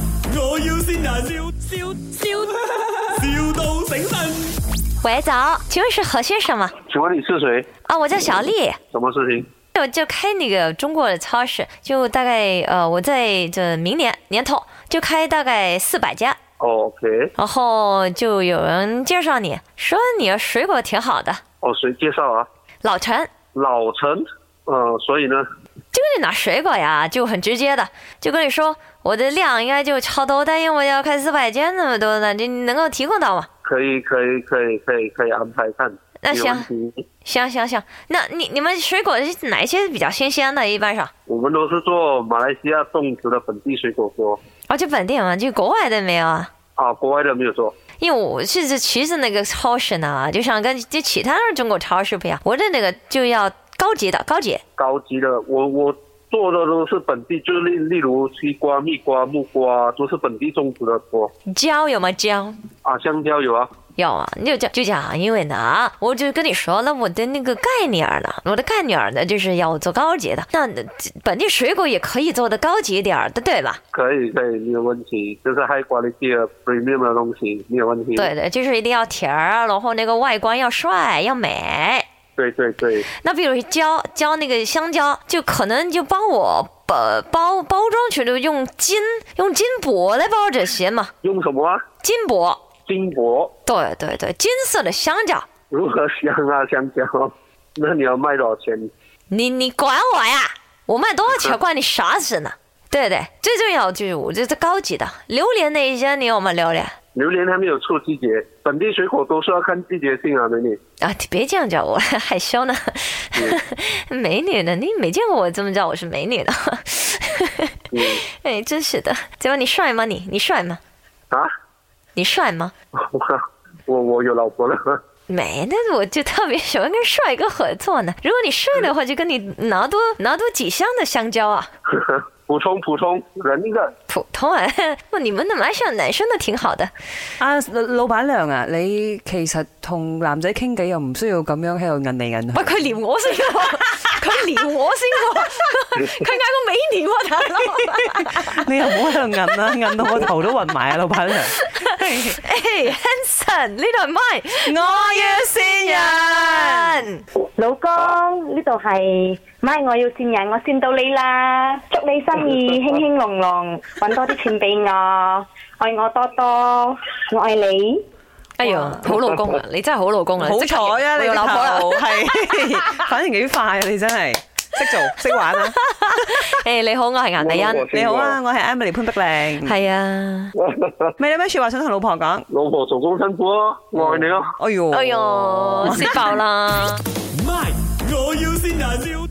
要先人，笑笑笑，,笑到醒神。喂，早，请问是何先生吗？请问你是谁？啊，我叫小丽，什么事情？我就开那个中国的超市，就大概呃，我在这明年年头就开大概四百家， OK，然后就有人介绍你说你的水果挺好的，哦，谁介绍啊？老陈老陈，呃，所以呢，就是拿水果呀，就很直接的，就跟你说我的量应该就超多，但因为我要开四百间那么多呢，你能够提供到吗？可以，可以，可以，可以，可以安排看。那没行问题行行行，那你你们水果是哪一些比较新鲜的？一般上，我们都是做马来西亚种植的本地水果锅哦，就本地嘛，就国外的没有啊？啊，国外的没有做。因为我是这其实那个超市呢，就想跟就其他的中国超市不一样，我的那个就要高级的高级。高级的，我我做的都是本地，就是例例如西瓜、蜜瓜、木瓜，都是本地种植的果椒有吗？椒啊，香蕉有啊，有啊，你就讲就讲，因为呢，我就跟你说了，我的那个概念呢，我的概念呢就是要做高级的，那本地水果也可以做的高级一点儿的，对吧？可以可以，没有问题，就是 high quality 的 premium 的东西，没有问题。对对，就是一定要甜儿，啊然后那个外观要帅要美。对对对，那比如教教那个香蕉，就可能就帮我呃包包装起来，用金用金箔来包这些嘛，用什么啊？金箔，金箔对对对，金色的香蕉，如何香啊香蕉？ 那你要卖多少钱？你你管我呀？我卖多少钱关你啥事呢？对对，最重要就是我这这高级的榴莲那一些，你有吗？榴莲榴莲还没有出季节，本地水果都是要看季节性啊，美女。啊，别这样叫我， 害羞呢。 美女呢？你没见过我这么叫我是美女的，嗯 哎，真是的。怎么你帅吗？你你帅吗？啊， 你帅吗？我我有老婆了， 没，但是我就特别喜欢跟帅哥合作呢。如果你帅的话，就跟你拿多拿多几箱的香蕉啊。补充补充，人一个普通啊， 不，你们的马来西亚男生都挺好的。啊，老老闆娘啊，你其實同男仔傾偈又唔需要咁樣喺度摁嚟摁去喂，。佢撩我先喎，佢撩我先喎，佢嗌我美女喎，大佬。 你又唔好喺度摁啦，摁到我頭都暈埋啊，老闆娘。誒哎 Hanson，呢度唔係我要先人。人。老公，呢度係咪我要善人，我善到你啦！祝你生意興興隆隆，揾多啲錢俾我，愛我多多，我愛你。哎呀，好老公啊，你真係好老公啊！好彩啊！即刻你有個老婆啦。 頭係反應幾快啊！你真係識做識玩啊！誒，哎你好，我係顏麗我老欣。婆你好啊，我係 Emily 潘碧玲。係啊，咩有咩説話想同老婆講？老婆手工辛苦哦，我爱你哦。哎呦，哎呦，食飽啦。 My，我要先人，笑